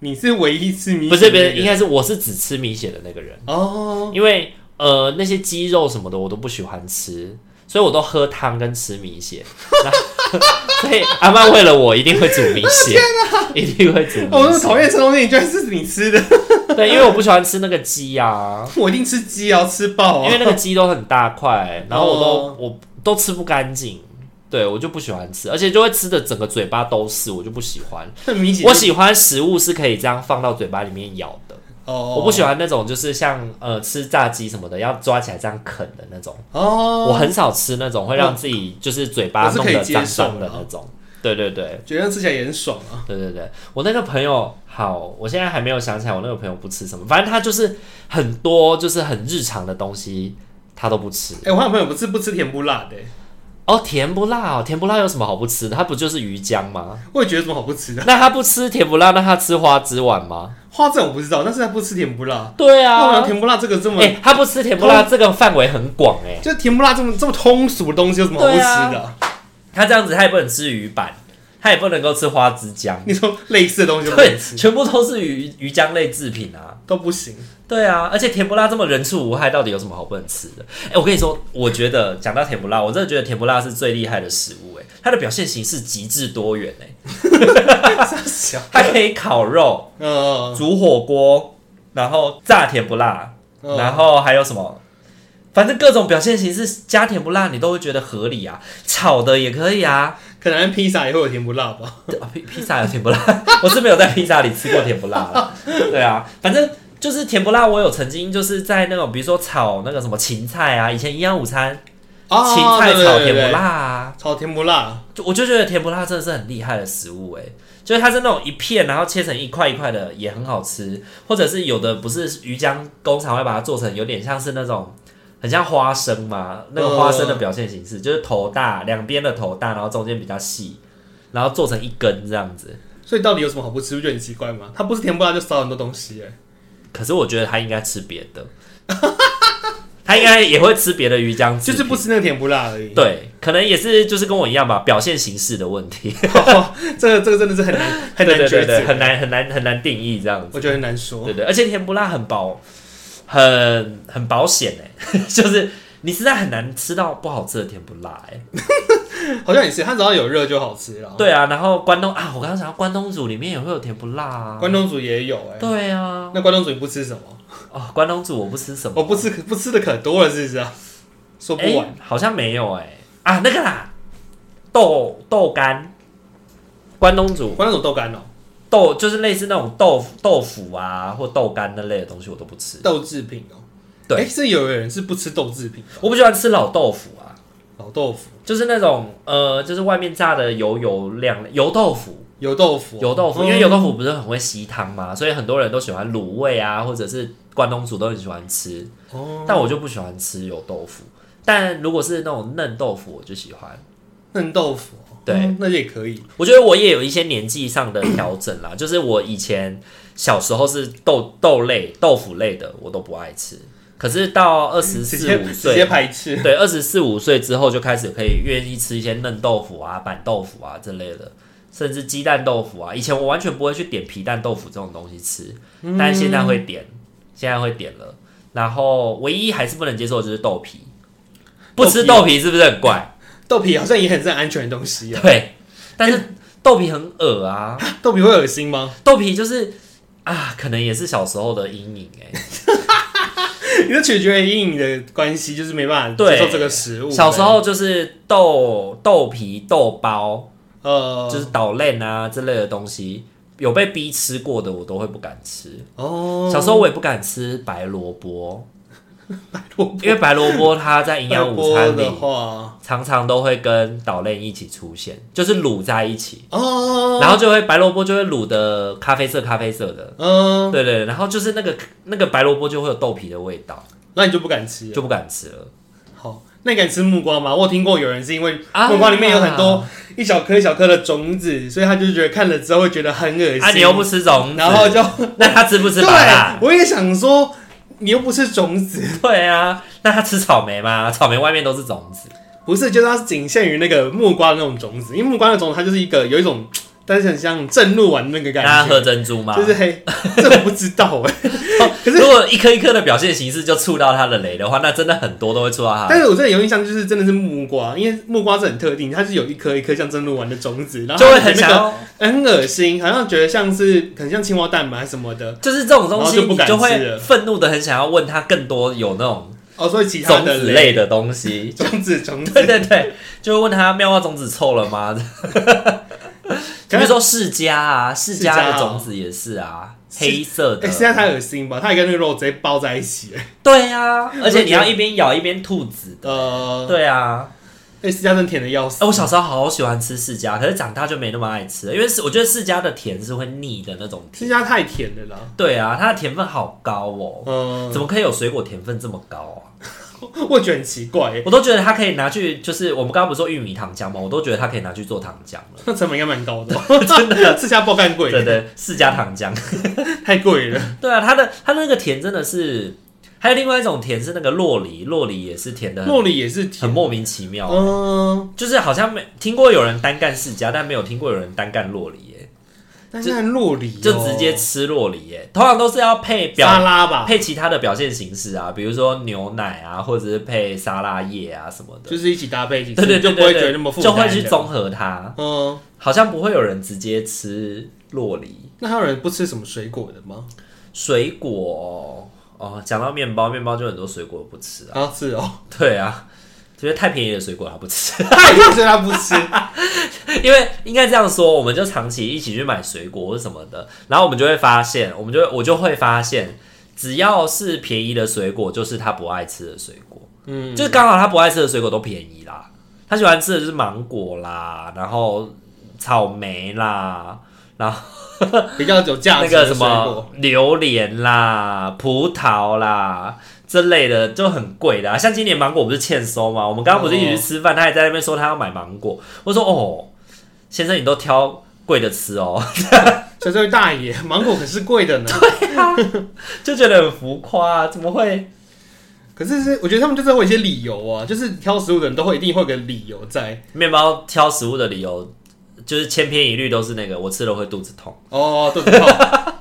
你是唯一吃米血
不
的
是
人
不是，应该是我是只吃米血的那个人，
哦，
因为呃那些鸡肉什么的我都不喜欢吃，所以我都喝汤跟吃米血。那 [laughs] 所以阿妈为了我一定会煮米血，一定会煮
[laughs] 我那
米
么
血。
讨厌吃东西，你居然是你吃的， [laughs]
对，因为我不喜欢吃那个鸡啊，
我一定吃鸡啊，吃爆
因
啊
为！那个鸡都很大块，然后我都、
哦
我都吃不干净。对，我就不喜欢吃，而且就会吃的整个嘴巴都是，我就不喜欢。
很明显，
我喜欢食物是可以这样放到嘴巴里面咬的，
哦，
我不喜欢那种就是像呃吃炸鸡什么的要抓起来这样啃的那种，
哦，
我很少吃那种会让自己就是嘴巴
我是
弄
可以
得
接
脏
受
脏的
啦
那种。对对对
觉得吃起来也很爽啊。
对对对，我那个朋友好，我现在还没有想起来我那个朋友不吃什么，反正他就是很多就是很日常的东西他都不吃。
哎、我有朋友不是不吃甜不辣的、欸，
哦，甜不辣哦，甜不辣有什么好不吃的？他不就是鱼浆吗？
我也觉得有什么好不吃的。
那他不吃甜不辣，那他吃花枝丸吗？
花这我不知道，但是他不吃甜不辣。
对
那我
啊
想，甜不辣这个这么，
哎、他不吃甜不辣，这个范围很广哎、
就甜不辣这么这么通俗的东西，有什么好不吃的啊、
他这样子，他也不能吃鱼板，他也不能够吃花枝姜，
你说类似的东西都不
对
能，吃，
[laughs] 全部都是鱼鱼浆类制品啊。
都不行。
对啊，而且甜不辣这么人畜无害，到底有什么好不能吃的？哎、我跟你说，我觉得讲到甜不辣，我真的觉得甜不辣是最厉害的食物、哎，它的表现形式极致多元、
小
哎，，它可以烤肉、
嗯、
煮火锅，然后炸甜不辣，
嗯
然后还有什么？反正各种表现形式加甜不辣，你都会觉得合理啊。炒的也可以啊，
可能披萨也会有甜不辣吧？
[laughs] 对啊披披萨有甜不辣， [laughs] 我是没有在披萨里吃过甜不辣啦。对啊，反正就是甜不辣，我有曾经就是在那种比如说炒那个什么芹菜啊，以前营养午餐、
哦
芹菜
对对
炒
对
甜不
对
辣啊，
炒甜不辣，
就我就觉得甜不辣真的是很厉害的食物哎、就是它是那种一片，然后切成一块一块的，也很好吃。或者是有的不是鱼浆工厂会把它做成有点像是那种很像花生嘛，那个花生的表现形式、就是头大，两边的头大，然后中间比较细，然后做成一根这样子。
所以到底有什么好不吃？不觉得很奇怪吗？它不是甜不辣就少很多东西、欸，
可是我觉得他应该吃别的， [laughs] 他应该也会吃别的鱼浆制
就
品，
是不吃那个甜不辣而已。
对，可能也是就是跟我一样吧，表现形式的问题，
[laughs] 这个这个真的是很
[laughs]
难 [laughs] 很
对
难
对
抉择
对对，，很难很难很难定义这样子，
我觉得很难说。
对对，而且甜不辣很保，很很保险哎、 [laughs] 就是你实在很难吃到不好吃的甜不辣哎、
好像也是，它只要有热就好吃了。
对啊，然后关东啊，我刚刚想到关东煮里面也会有甜不辣啊，
[laughs] 关东煮也有、欸，
对啊，
那关东煮你不吃什么？
哦，关东煮我不吃什么，
我不吃不吃的可多了，是不是啊？说
哎、
不完。
好像没有哎、啊，那个啦，豆豆干，关东煮
关东煮豆干哦，
豆就是类似那种豆腐豆腐啊或豆干那类的东西，我都不吃。
豆制品哦。
对
哎，是有人是不吃豆制品的，哦
我不喜欢吃老豆腐啊，
老豆腐、
就是那种呃，就是外面炸的油油亮油豆腐，
油豆腐哦、
油豆腐，
嗯
因为油豆腐不是很会吸汤嘛，所以很多人都喜欢卤味啊，或者是关东煮都很喜欢吃。
哦，
但我就不喜欢吃油豆腐，但如果是那种嫩豆腐，我就喜欢。
嫩豆腐哦、
对
嗯那也可以。
我觉得我也有一些年纪上的调整
[coughs]
啦，就是我以前小时候是豆豆类、豆腐类的，我都不爱吃。可是到二十
直
四
接
五
直接
岁，
排斥，
对，二十四五岁之后就开始可以愿意吃一些嫩豆腐啊、板豆腐啊之类的，甚至鸡蛋豆腐啊。以前我完全不会去点皮蛋豆腐这种东西吃，
嗯
但现在会点，现在会点了。然后唯一还是不能接受的就是豆皮，不吃
豆皮
豆皮是不是很怪？
豆皮好像也很是很安全的东西啊。
对，但是豆皮很恶啊，
豆皮会恶心吗？
豆皮就是啊，可能也是小时候的阴影哎、
[laughs] 你的取决于阴影的关系，就是没办法接
对
受这个食物。
小时候就是豆豆皮、豆包，
呃，
就是捣烂啊之类的东西，有被逼吃过的我都会不敢吃。
哦，
小时候我也不敢吃白萝卜，
拜托
因为白萝卜它在营养午
拜托
餐
的
里
话，
常常都会跟捣烂一起出现，就是卤在一起，
哦，
然后就会白萝卜就会卤的咖啡色、咖啡色的。
嗯，
对对，然后就是那个那个白萝卜就会有豆皮的味道，
那你就不敢吃了。
就不敢吃了。
好，那你敢吃木瓜吗？我有听过有人是因为
啊
木瓜里面有很多一小颗一小颗的种子，所以他就觉得看了之后会觉得很恶心。
啊，你又不吃种子，
然后就
[laughs] 那他吃不吃
对
芭辣？，
我也想说，你又不吃种子，
对啊，那他吃草莓吗？草莓外面都是种子，
不是，就是它是仅限于那个木瓜的那种种子，因为木瓜的种子它就是一个有一种但是很像正露丸那个感
那喝
觉，
珍珠吗？哦
就是
[laughs]
黑，这我不知道哎、可是
如果一颗一颗的表现形式就触到它的雷的话，那真的很多都会触到它的
但是我真的有印象，就是真的是木瓜，因为木瓜是很特定，它是有一颗一颗像珍珠丸的种子，然
雷，
后
就
它
会
的
很想
那个
要。
很恶心，好像觉得像是很像青蛙蛋吧还是什么的
就是这种东西，
然后就不
你
敢
就
吃
会
了
愤怒的很想要问他更多有那种
哦，所以其他
种
的。
子类的东西
[laughs] 种子种
对
子，
对对，就会问他妙蛙种子臭了吗？ [laughs] 比
可
如
是
说释迦啊，释迦
释迦哦
的种子也是啊，
释
黑色
哎，现在
的。
太恶心吧，它也跟那个肉直接包在一起，哎
对啊，而且你
我
要
觉得
一边咬一边吐籽的。
呃，
对啊，
哎，释迦真甜的要死
哎，我，小时候好喜欢吃释迦，可是长大就没那么爱吃了，因为是我觉得释迦的甜是会腻的那种甜。
释迦太甜了啦，
对啊，它的甜分好高哦，
嗯，
怎么可以有水果甜分这么高啊？
我觉得很奇怪，哎
我都觉得它可以拿去，就是我们刚刚不是说玉米糖浆吗？我都觉得它可以拿去做糖浆了。
那成本应该蛮高的，真 [laughs] 的，释迦爆干贵，
对对，释迦糖浆。 [laughs]
太贵了，
对啊，它的它那个甜真的是，还有另外一种甜是那个洛梨，洛梨也是甜的很
糯米也是
嗯很
甜，
莫名其妙，
嗯，
就是好像没听过有人单干释迦，但没有听过有人单干洛梨耶，
但是糯米哦
就直接吃洛梨耶，通常都是要配
沙
表。
拉吧，
啊配其他的表现形式啊，比如说牛奶啊，或者是配沙拉叶啊什么的，
就是一起搭配一起吃，
对对对
就不
对
会
对，
觉得那么复杂，
就会去综合它。
嗯，
好像不会有人直接吃洛梨
那还有人不吃什么水果的吗？
水果哦。讲到面包，面包就很多水果不吃啊。
啊，是哦，
对啊，觉得太便宜的水果他不吃，
他也是他不吃，
[laughs] 因为应该这样说，我们就长期一起去买水果或者什么的，然后我们就会发现，我们就会我就会发现，只要是便宜的水果，就是他不爱吃的水果，
嗯，
就是刚好他不爱吃的水果都便宜啦。他喜欢吃的就是芒果啦，然后草莓啦，
[laughs] 比较有价
那
值
个
的
什
水
么
果。
榴莲啦、葡萄啦这类的就很贵的、啊。像今年芒果不是欠收吗？我们刚刚不是一起去吃饭，他也在那边说他要买芒果。我说哦，先生你都挑贵的吃哦， [laughs]
所以这位大爷， [laughs] 芒果可是贵的呢。
就觉得很浮夸、啊，怎么会？
可是是，我觉得他们就是会有一些理由啊，就是挑食物的人都会一定会有个理由在。
面包挑食物的理由就是千篇一律都是那个我吃了会肚子痛。
哦，肚子痛。 [laughs]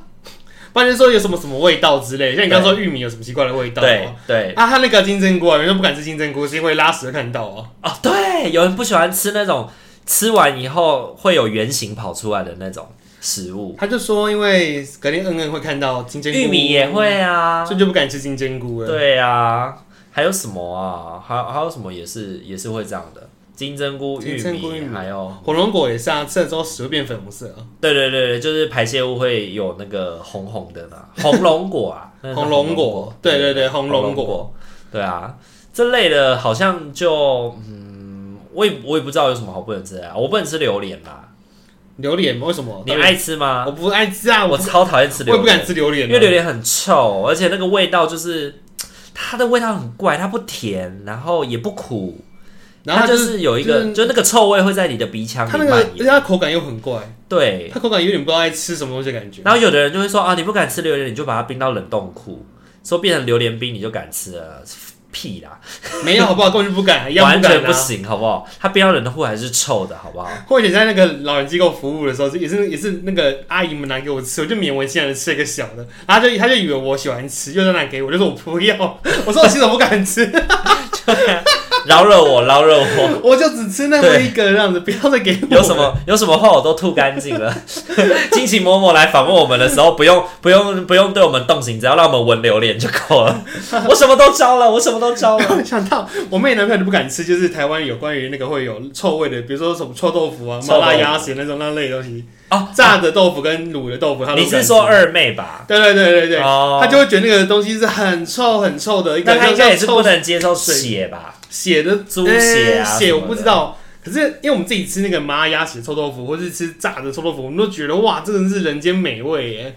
不然就说有什么什么味道之类，像你刚刚说玉米有什么奇怪的味道、
对
啊？
对
啊，他那个金针菇啊，人都不敢吃金针菇，是因为拉屎会看到啊。
哦，对，有人不喜欢吃那种吃完以后会有圆形跑出来的那种食物，
他就说，因为隔天嗯嗯会看到金针菇，
玉米也，会啊，
所以就不敢吃金针菇了。
对啊，还有什么啊？还还有什么也是也是会这样的，金针菇、玉
金针菇玉
米，
米
还有
火龙果也是啊，吃了之后屎会变粉红色啊。
对对对对，就是排泄物会有那个红红
[laughs]
的嘛，红龙果啊，那是
红龙果，对对对，红龙果。，
对啊，这类的好像就嗯，我也我也不知道有什么好不能吃的啊，我不能吃榴莲啦，
榴莲为什么？
你爱吃吗？
我不爱吃啊，
我
我
超讨厌吃
哦我
榴
也不
莲，
敢吃榴莲啊，
因为榴莲很臭，而且那个味道就是它的味道很怪，它不甜，然后也不苦，
然后
它
它
就
就是
是有一个，
就是
就那个臭味会在你的鼻腔
它
里
那个，
蔓
而且
延。
它口感又很怪，
对，
它口感有点不知道在吃什么东西的感觉。
然后有的人就会说啊，你不敢吃榴莲，你就把它冰到冷冻库，说变成榴莲冰你就敢吃了，屁啦，
没有好不好，根本就不敢，一样
完
敢
全
啊
不。行，好不好？它冰到冷冻库还是臭的，好不好？
或者在那个老人机构服务的时候，也是也是那个阿姨们拿给我吃，我就勉为其难的吃了一个小的，然后她就她就以为我喜欢吃，又在那给我，我就说我不要，我说我其实我不敢吃，
饶了我，饶了我。
我就只吃那么一个这样子，不要再给我。
有什？么有什么话我都吐干净了。 [laughs] 惊奇嬷嬷来访问我们的时候，不用不用不用对我们动刑，只要让我们闻榴莲就够了。 [laughs] 我什么都招了，我什么都招
[laughs]
了。
[laughs] 想到我妹男朋友都不敢吃，就是台湾有关于那个会有臭味的，比如说什么臭豆腐啊、麻
臭豆腐
辣鸭血那种那类的东西，
哦，
炸的豆腐跟卤的豆腐，他都
你
不敢
是
吃
说？二妹吧？
对对对对对，
哦
他就会觉得那个东西是很臭很臭的，一个
那他应该也是
像臭
不能接受血吧？
血的
猪血啊
呃
什
血
么
我
的
不知道。可是因为我们自己吃那个麻辣鸭血臭豆腐，或是吃炸的臭豆腐，我们都觉得哇，这真是人间美味耶！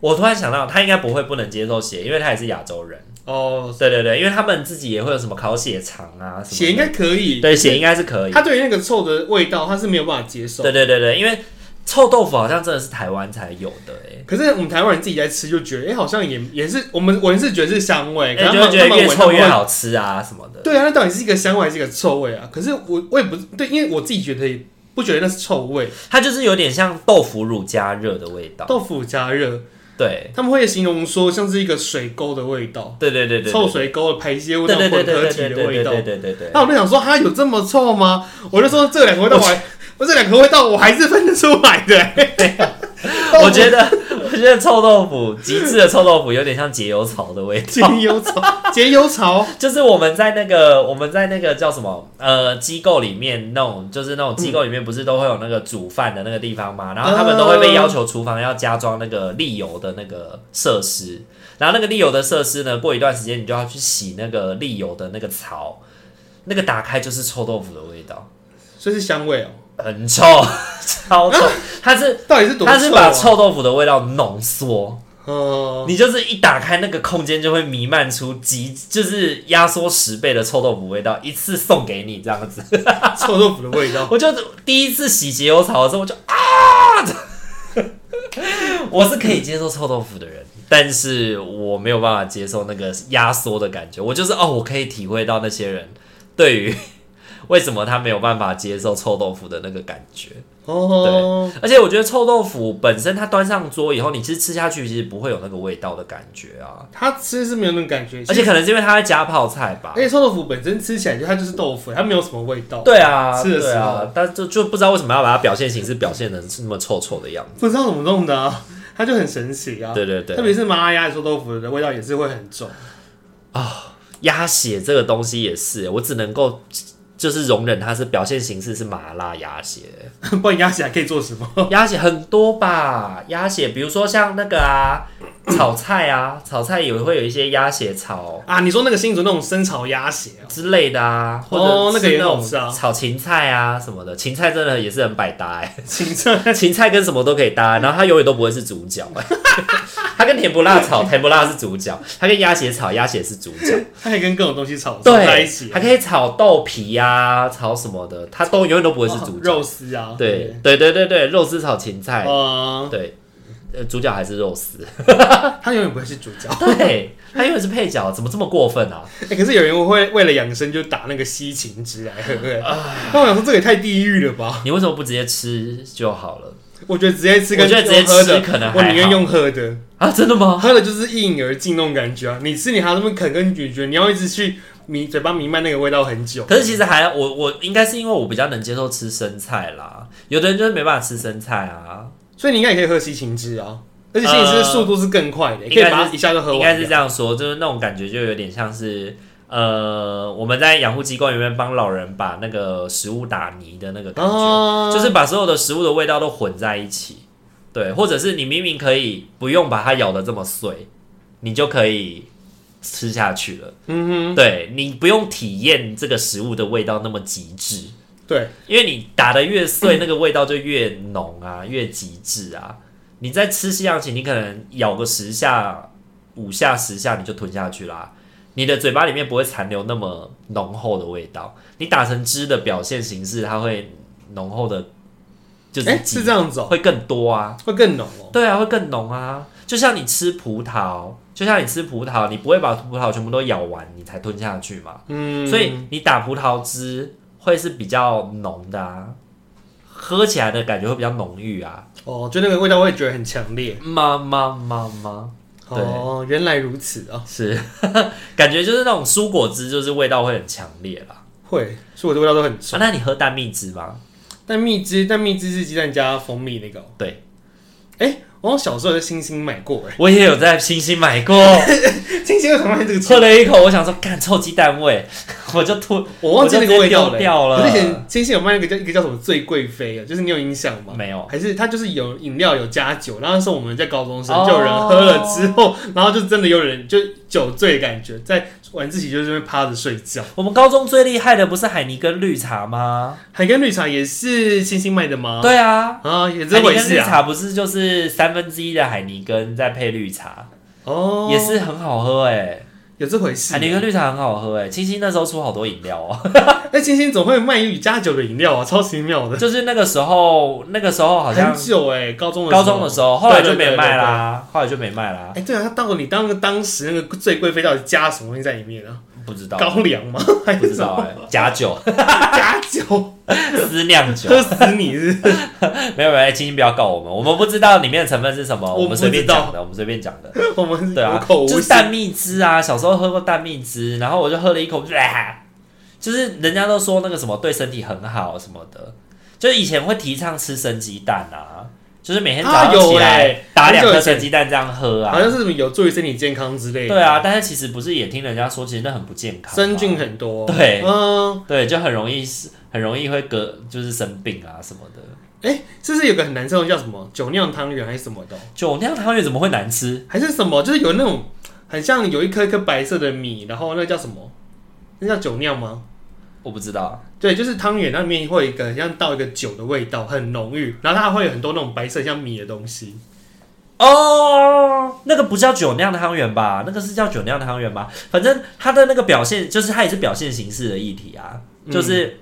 我突然想到，他应该不会不能接受血，因为他也是亚洲人。
哦，
对对对，因为他们自己也会有什么烤血肠啊什么的。
血应该可以，
对血应该是可以。
他对于那个臭的味道他是没有办法接受。
对对对对，因为臭豆腐好像真的是台湾才有的哎、
可是我们台湾人自己在吃就觉得，哎、好像也也是我们闻是觉得是香味，可
欸，
是
就会
他们
觉得越臭越。
他们闻
好吃啊什么的
到。对啊，那到底是一个香味还是一个臭味啊？可是我我也不对，因为我自己觉得不觉得那是臭味，
它就是有点像豆腐乳加热的味道。
豆腐加热，
对，
他们会形容说像是一个水沟的味道，
对对对对，
臭水沟的排泄物
对，
到
对
混
对对
合
对
体
对对
的味
对
道。
对对对对。
那我就想说，它有这么臭吗？我就说这两个味道我还，我这两个味道我还是分得出来的、
我觉得，我觉得臭豆腐极致的臭豆腐有点像节油草的味道，
解忧草，解忧草，
就是我们在那个我们在那个叫什么呃机构里面那种，就是那种机构里面不是都会有那个煮饭的那个地
嗯
方嘛，然后他们都会被要求厨房要加装那个沥油的那个设施，然后那个沥油的设施呢，过一段时间你就要去洗那个沥油的那个槽，那个打开就是臭豆腐的味道，
这是香味哦、
很臭， [laughs] 超臭，它是
到啊底是多臭、啊？
它是把臭豆腐的味道浓缩。
嗯，
你就是一打开那个空间，就会弥漫出极就是压缩十倍的臭豆腐味道，一次送给你这样子。 [laughs]
臭豆腐的味道。
我就第一次洗节油草的时候，我就啊， [laughs] 我是可以接受臭豆腐的人，但是我没有办法接受那个压缩的感觉。我就是哦，我可以体会到那些人对于 [laughs] 为什么他没有办法接受臭豆腐的那个感觉。
哦，
而且我觉得臭豆腐本身它端上桌以后，你其实吃下去其实不会有那个味道的感觉啊。
它吃是没有那种感觉，
而且可能是因为它会加泡菜吧
而。且臭豆腐本身吃起来就它就是豆腐，它没有什么味道，
对啊，
是的
对
是
啊，但就就不知道为什么要把它表现形式表现的那么臭臭的样子。
不知道怎么弄的啊，它就很神奇啊。
对对
特
对，
别是麻辣鸭的臭豆腐的味道也是会很重， [laughs]
鸭血这个东西也是，我只能够就是容忍它是表现形式是麻辣鸭血，
不然鸭血还可以做什么？ [laughs]
鸭血很多吧？鸭血，比如说像那
[coughs]
个啊，炒菜啊，炒菜也会有一些鸭血炒
啊，你说那个新竹那种生炒鸭血 [laughs] 啊，
之类的啊，或
哦
者
那个
是
也
那
好吃啊
种炒芹菜啊什么的，芹菜真的也是很百搭哎、
芹
[laughs]
菜
芹菜跟什么都可以搭，然后它永远都不会是主角。 [laughs] 它跟甜不辣
[laughs]
炒，甜不辣是主角；它跟鸭血炒，鸭血是主角。
它可以跟各种东西炒炒在一
对
起，啊，
还可以炒豆皮呀、炒什么的，它都永远都不会是主
哦
角。
肉丝啊，
对哎对对对对，肉丝炒芹菜，
啊，
对，呃，主角还是肉丝。 [laughs]
它永远不会是主角。
对，它永远是配角，怎么这么过分啊？
欸可是有人会为了养生就打那个西芹汁来喝，欸那我想说这也太地狱了吧？
你为什么不直接吃就好了
我觉得直接吃跟
我觉得直接
用喝的
吃可能还
我
好
宁愿用喝的，
啊？真的吗？
喝的就是一饮而尽那种感觉啊！你吃你还要那么啃跟咀嚼，你要一直去弥嘴巴弥漫那个味道很久。
可是其实还我我应该是因为我比较能接受吃生菜啦，有的人就是没办法吃生菜啊。
所以你应该也可以喝西芹汁啊，而且西芹汁的速度是更快的，
呃
可以把它一下就喝完。
应该是这样说，就是那种感觉就有点像是，呃，我们在养护机构里面帮老人把那个食物打泥的那个感觉，
啊，
就是把所有的食物的味道都混在一起。对，或者是你明明可以不用把它咬得这么碎，你就可以吃下去了。
嗯
对你不用体验这个食物的味道那么极致，
哼，对，
因为你打的越碎，那个味道就越浓啊，
嗯
越极致啊。你在吃西洋芹，你可能咬个十下、五下、十下你就吞下去啦，你的嘴巴里面不会残留那么浓厚的味道。你打成汁的表现形式，它会浓厚的，就是
哎、
极
是这样子哦、
会更多啊。
会更浓哦、
对啊，会更浓啊。就像你吃葡萄，就像你吃葡萄，你不会把葡萄全部都咬完，你才吞下去嘛。
嗯，
所以你打葡萄汁会是比较浓的啊，喝起来的感觉会比较浓郁啊。
哦，就那个味道我也觉得很强烈。
妈妈妈妈，对
哦，原来如此啊，
是 [laughs] 感觉就是那种蔬果汁，就是味道会很强烈啦。
会，所以我的味道都很重。
啊、那你喝蛋蜜汁吗？
但蜜汁，但蜜汁是鸡蛋加蜂蜜那个、哦。
对，
哎、我好像小时候在星星买过、
我也有在星星买 [laughs] 过，
哎， [laughs] 星星为什么卖这个
喝了一口，我想说，干臭鸡蛋味， [laughs] 我就吐。
我忘记那个味道
我就直接
了、
丢掉了
可是以前星星有卖那个叫一个叫什么醉贵妃啊，就是你有印象吗？
没有
还是它就是有饮料有加酒，然后那时候我们在高中生
哦
就有人喝了之后，然后就真的有人就酒醉的感觉，在晚自习就是会趴着睡觉。
我们高中最厉害的不是海尼跟绿茶吗？
海跟绿茶也是星星卖的吗？
对啊，
啊，也
海
这
尼
回
跟
事
绿
啊。
茶不是就是三分之一的海尼根再配绿茶，
哦，
也是很好喝哎、
有这回事、
海尼根绿茶很好喝哎、欸，青青那时候出好多饮料哦、 [laughs]
那星星总会卖有加酒的饮料啊，超奇妙的。
就是那个时候，那个时候好像
很久哎、高中的
高中的时候，后来就没卖
啦。
啦，后来就没卖啦
哎、。对啊，他到底当当时那个最贵妃到底加什么东西在里面呢、
不知道，
高粱吗？还
不
是
知
什
道
么
哎、
[laughs]
假酒、
假酒？
私酿酒，
喝死你是不是？
没有没有，哎，请你不要告我们，我们不知道里面的成分是什么，
我
我们随便
不知道
讲的，我们随便讲的。
我们
对
有
啊，
口
就
无
是
心。
蛋蜜汁啊，小时候喝过蛋蜜汁，然后我就喝了一口，啊就是人家都说那个什么对身体很好什么的，就是以前会提倡吃生鸡蛋啊，就是每天早
啊
上
有
起来、
欸
打两
很久
颗
以前
生鸡蛋这样喝啊
好，像是什么有助于身体健康之类的。
对，啊，但是其实不是也听人家说，其实那很不健康、啊，
生菌很多。
对
嗯，
对，就很容易是很容易会隔就是生病啊什么的。
哎，是不是有个很难吃的东西叫什么酒酿汤圆还是什么的哦？
酒酿汤圆怎么会难吃？
还是什么？就是有那种很像有一颗一颗白色的米，然后那叫什么？那叫酒酿吗？
我不知道，
对，就是汤圆那里面会有一个像倒一个酒的味道，很浓郁，然后它会有很多那种白色像米的东西。
哦，那个不叫酒酿汤圆吧？那个是叫酒酿汤圆吧？反正它的那个表现，就是它也是表现形式的议题啊，
嗯
就是、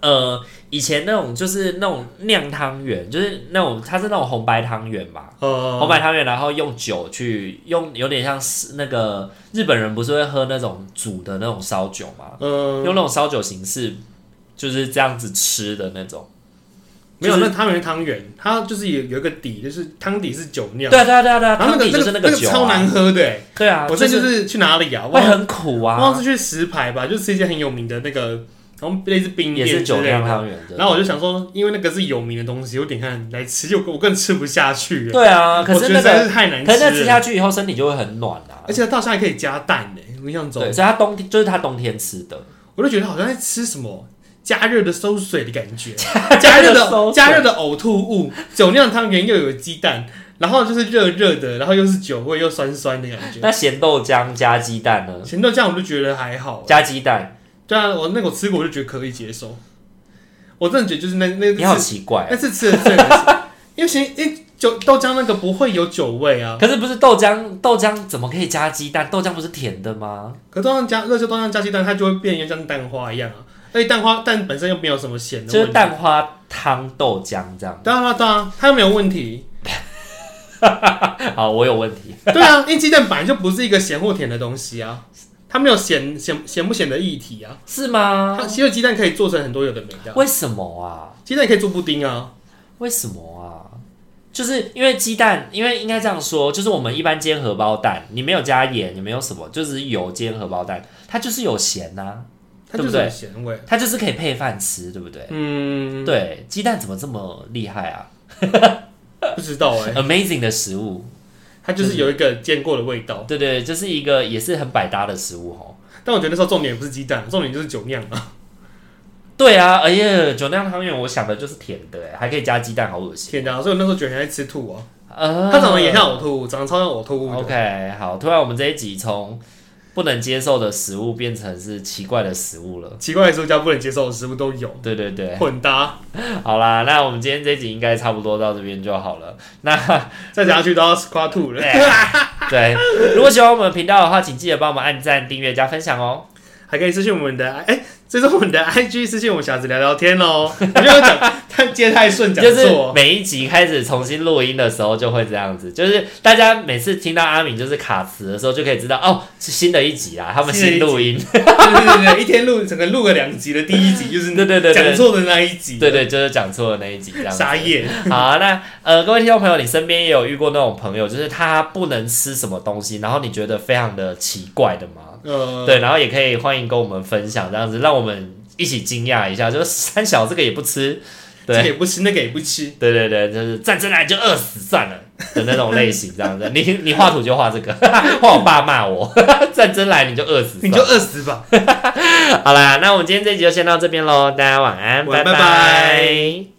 呃，以前那种就是那种酿汤圆，就是那种它是那种红白汤圆嘛。
呃，
红白汤圆，然后用酒去用，有点像是那个日本人不是会喝那种煮的那种烧酒吗？
嗯、
用那种烧酒形式，就是这样子吃的那种。
没有，
就是
那汤圆是汤圆，它就是有有一个底，就是汤底是酒酿。
对啊对啊对啊对啊，
然后那
汤
个
底就是
那
个
个
酒、
超
啊，
难喝的、欸，
对啊，
我这
就
就是是去哪里啊？
会
忘
很苦
忘
啊，
是去石牌吧，就是一些很有名的那个，然后类似冰
也
店
是
之
酒
类
酿
的。
汤圆的。
然后我就想说，因为那个是有名的东西，我点看来吃，就我更吃不下去了。
对啊，可
我觉
是
得
那
实在哎
个
是太难
可是那吃
吃了，
下去以后身体就会很暖啊，
而且它好像还可以加蛋呢、我印象中
对，，所以它冬天就是它冬天吃的，
我就觉得好像在吃什么。加热的馊水的感
[laughs]
觉，
加
加
热
热
的
的加热的呕吐物，酒酿汤圆又有鸡蛋，然后就是热热的，然后又是酒味又酸酸的感觉。
那咸豆浆加鸡蛋呢？
咸豆浆我就觉得还好，
加鸡蛋，
对啊，我那个我吃过，我就觉得可以接受。我真的觉得就是那那
你好
次
奇怪啊、
那次吃的最难吃，因为咸因为酒豆浆那个不会有酒味啊，
可是不是豆浆？豆浆怎么可以加鸡蛋？豆浆不是甜的吗？
可豆浆加热酒豆浆加鸡蛋，它就会变得像蛋花一样啊。而且蛋花蛋本身又没有什么咸的
就
问
是
题，
蛋花汤豆浆这样。
对啊对啊对啊，它又没有问题。
好，我有问题。
[laughs] 对啊，因为鸡蛋本来就不是一个咸或甜的东西啊，它没有咸咸咸不咸的议题啊。
是吗
它？其实鸡蛋可以做成很多有的没的啊，
为什么啊？
鸡蛋也可以做布丁啊。
为什么啊？就是因为鸡蛋，因为应该这样说，就是我们一般煎荷包蛋，你没有加盐，也没有什么，就只是油煎荷包蛋，它就是有咸呐、
它就
对不
是
对
有咸味。
它就是可以配饭吃，对不对？
嗯，
对，鸡蛋怎么这么厉害啊
不知道哎、
？Amazing 的食物，
它就是有一个煎过的味道。
对对，就是一个也是很百搭的食物哦。
但我觉得那时候重点不是鸡蛋，重点就是酒酿
[laughs]
啊。
对啊，哎呀，酒酿汤圆，我想的就是甜的耶，还可以加鸡蛋，好恶心。
天哪！所以我那时候觉得你在吃吐哦、
呃
它长得也像呕吐物，长得超像呕吐物的。
OK，好，突然我们这一集从不能接受的食物变成是奇怪的食物了。
奇怪的是，家不能接受的食物都有
对对对，
混搭，
[laughs] 好啦，那我们今天这一集应该差不多到这边就好了。那哎
再讲下去都要 squat 吐了。
对，如果喜欢我们频道的话，请记得帮我们按赞、订阅、加分享哦。
还可以私信我们的，哎、这是我们的 IG 私信我们小子聊聊天哦。我就要讲， [laughs] 他接太顺讲
就是
错，
每一集开始重新录音的时候就会这样子，就是大家每次听到阿敏就是卡词的时候，就可以知道哦是新的一集啊，他们新录音。
对对对对，一天录整个录个两集的第一集就是
对对对对
讲错的那一集，
对对，就是讲错的那一集这样子。
[laughs] 傻眼，
好，那呃，各位听众朋友，你身边也有遇过那种朋友，就是他不能吃什么东西，然后你觉得非常的奇怪的吗？
呃，
对，然后也可以欢迎跟我们分享，这样子让我们一起惊讶一下，就是三小这个也不吃，
这个
对，
也不吃，那个也不吃，
对对对，就是战争来就饿死算了的那种类型，这样 [laughs] 子。你你画图就画这个， [laughs] 画我爸骂我， [laughs] 战争来你就饿死算
你
了，
就饿死吧。
好啦，那我们今天这集就先到这边喽，大家晚安，
晚安
拜
拜拜